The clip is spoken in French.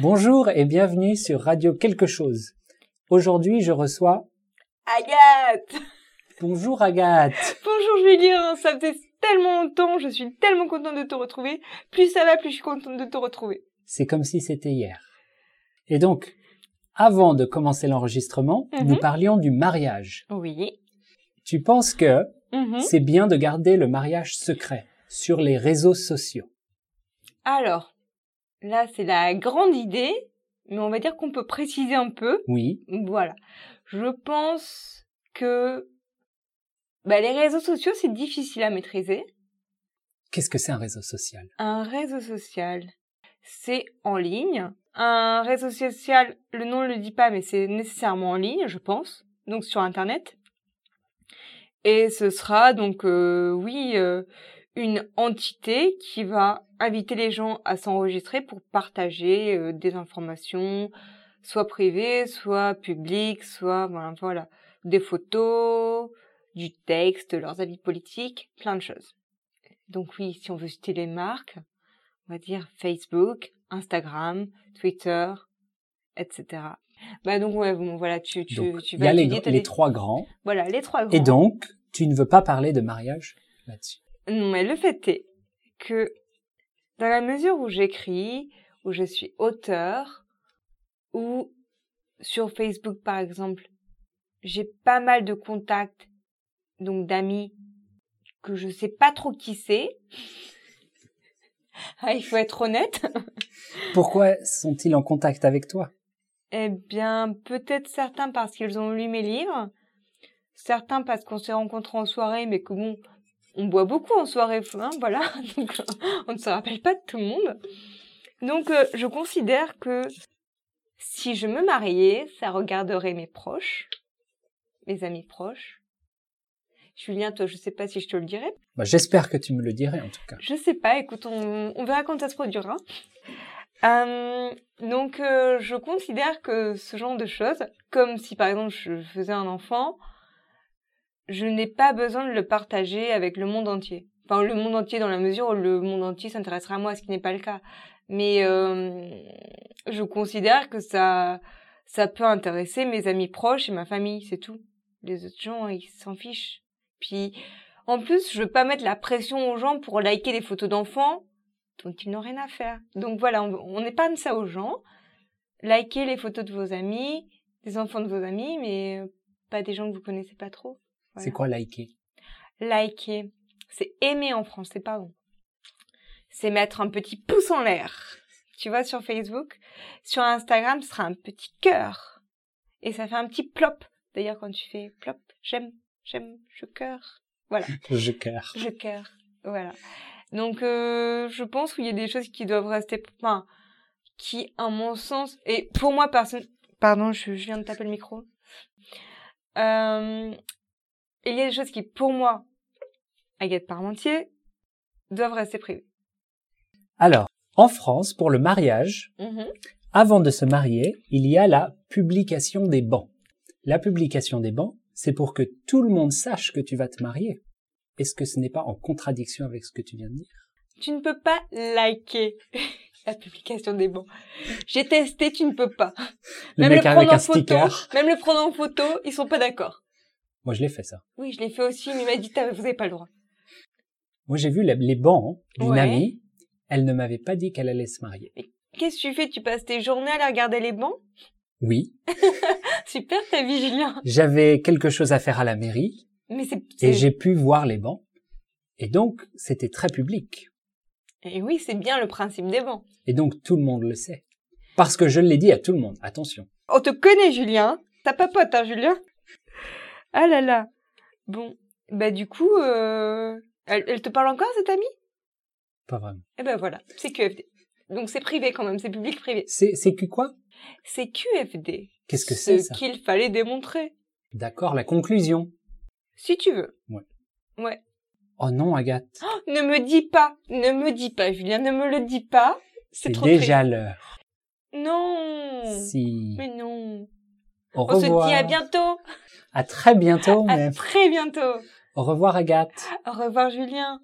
Bonjour et bienvenue sur Radio Quelque chose. Aujourd'hui, je reçois Agathe Bonjour Agathe. Bonjour Julien, ça fait tellement longtemps, je suis tellement contente de te retrouver. Plus ça va, plus je suis contente de te retrouver. C'est comme si c'était hier. Et donc, avant de commencer l'enregistrement, Mhm. nous parlions du mariage. Oui. Tu penses que Mhm. c'est bien de garder le mariage secret sur les réseaux sociaux Alors, là c'est la grande idée, mais on va dire qu'on peut préciser un peu. Oui, Voilà. Je pense que bah, les réseaux sociaux, c'est difficile à maîtriser. qu'est-ce que c'est un réseau social Un réseau social, c'est en ligne. Un réseau social, le nom ne le dit pas, mais c'est nécessairement en ligne, je pense, donc sur Internet. Et ce sera donc, euh, oui, euh, une entité qui va inviter les gens à s'enregistrer pour partager euh, des informations, soit privées, soit publiques, soit, voilà, voilà, des photos, du texte, leurs avis politiques, plein de choses. Donc oui, si on veut citer les marques, on va dire Facebook, Instagram, Twitter, etc. Bah donc ouais, bon, voilà, tu tu Donc, tu il y a vas les, étudier, gr- t'as les des- trois grands. voilà les trois grands. Et donc, tu ne veux pas parler de mariage là-dessus Non, mais le fait est que dans la mesure où j'écris, où je suis auteur, ou sur Facebook par exemple, j'ai pas mal de contacts, donc d'amis que je sais pas trop qui c'est. Ah, il faut être honnête. Pourquoi sont-ils en contact avec toi Eh bien, peut-être certains parce qu'ils ont lu mes livres, certains parce qu'on s'est rencontrés en soirée, mais que bon, on boit beaucoup en soirée, hein, voilà, donc euh, on ne se rappelle pas de tout le monde. Donc, euh, je considère que si je me mariais, ça regarderait mes proches, mes amis proches. Julien, toi, je sais pas si je te le dirai. Bah, J'espère que tu me le dirais en tout cas. Je sais pas, écoute, on, on verra quand ça se produira. Euh, donc, euh, je considère que ce genre de choses, comme si par exemple je faisais un enfant, je n'ai pas besoin de le partager avec le monde entier. Enfin, le monde entier dans la mesure où le monde entier s'intéressera à moi, ce qui n'est pas le cas. Mais euh, je considère que ça, ça peut intéresser mes amis proches et ma famille, c'est tout. Les autres gens, ils s'en fichent. Puis, en plus, je veux pas mettre la pression aux gens pour liker des photos d'enfants dont ils n'ont rien à faire. Donc voilà, on, on épargne ça aux gens. Likez les photos de vos amis, des enfants de vos amis, mais euh, pas des gens que vous connaissez pas trop. Voilà. C'est quoi liker Liker, c'est aimer en français, pardon. C'est mettre un petit pouce en l'air. Tu vois, sur Facebook, sur Instagram, ce sera un petit cœur. Et ça fait un petit plop. D'ailleurs, quand tu fais plop, j'aime, j'aime, je cœur. Je cœur. Le cœur, voilà. Donc, euh, je pense qu'il y a des choses qui doivent rester, enfin, qui, à mon sens, et pour moi, personne, pardon, je, je viens de taper le micro. Euh, il y a des choses qui, pour moi, Agathe Parmentier, doivent rester privées. Alors, en France, pour le mariage, Avant de se marier, il y a la publication des bans. La publication des bans, c'est pour que tout le monde sache que tu vas te marier. Est-ce que ce n'est pas en contradiction avec ce que tu viens de dire Tu ne peux pas liker la publication des bons. J'ai testé, tu ne peux pas. prendre en photo, même le prendre en photo, ils sont pas d'accord. Moi, je l'ai fait ça. Oui, je l'ai fait aussi, mais il m'a dit, T'as- vous n'avez pas le droit. Moi, j'ai vu les, les bans d'une Ouais. amie. Elle ne m'avait pas dit qu'elle allait se marier. Qu'est-ce que tu fais Tu passes tes journées à aller regarder les bancs Oui, Super ta vie, Julien. j'avais quelque chose à faire à la mairie Mais c'est. et c'est- j'ai pu voir les bans. Et donc, c'était très public. Et Eh oui, c'est bien le principe des bancs. Et donc, tout le monde le sait. Parce que je l'ai dit à tout le monde. Attention. On te connaît, Julien. T'as pas pote, hein, Julien Ah là là. Bon, bah du coup, euh, elle, elle te parle encore, cette amie Pas vraiment. Eh ben voilà, c'est QFD. Donc c'est privé quand même, c'est public privé. C'est c'est que quoi C'est QFD. Qu'est-ce que c'est Ce ça qu'il fallait démontrer, D'accord, la conclusion. si tu veux. Oh non, Agathe, Ne me dis pas, ne me dis pas, Julien, ne me le dis pas. C'est c'est trop Oh. déjà l'heure. triste. Non. Si. Mais non. Au On se revoir. Oh, dit à bientôt. À très bientôt, À même. très bientôt. Au revoir, Agathe. Au revoir, Julien.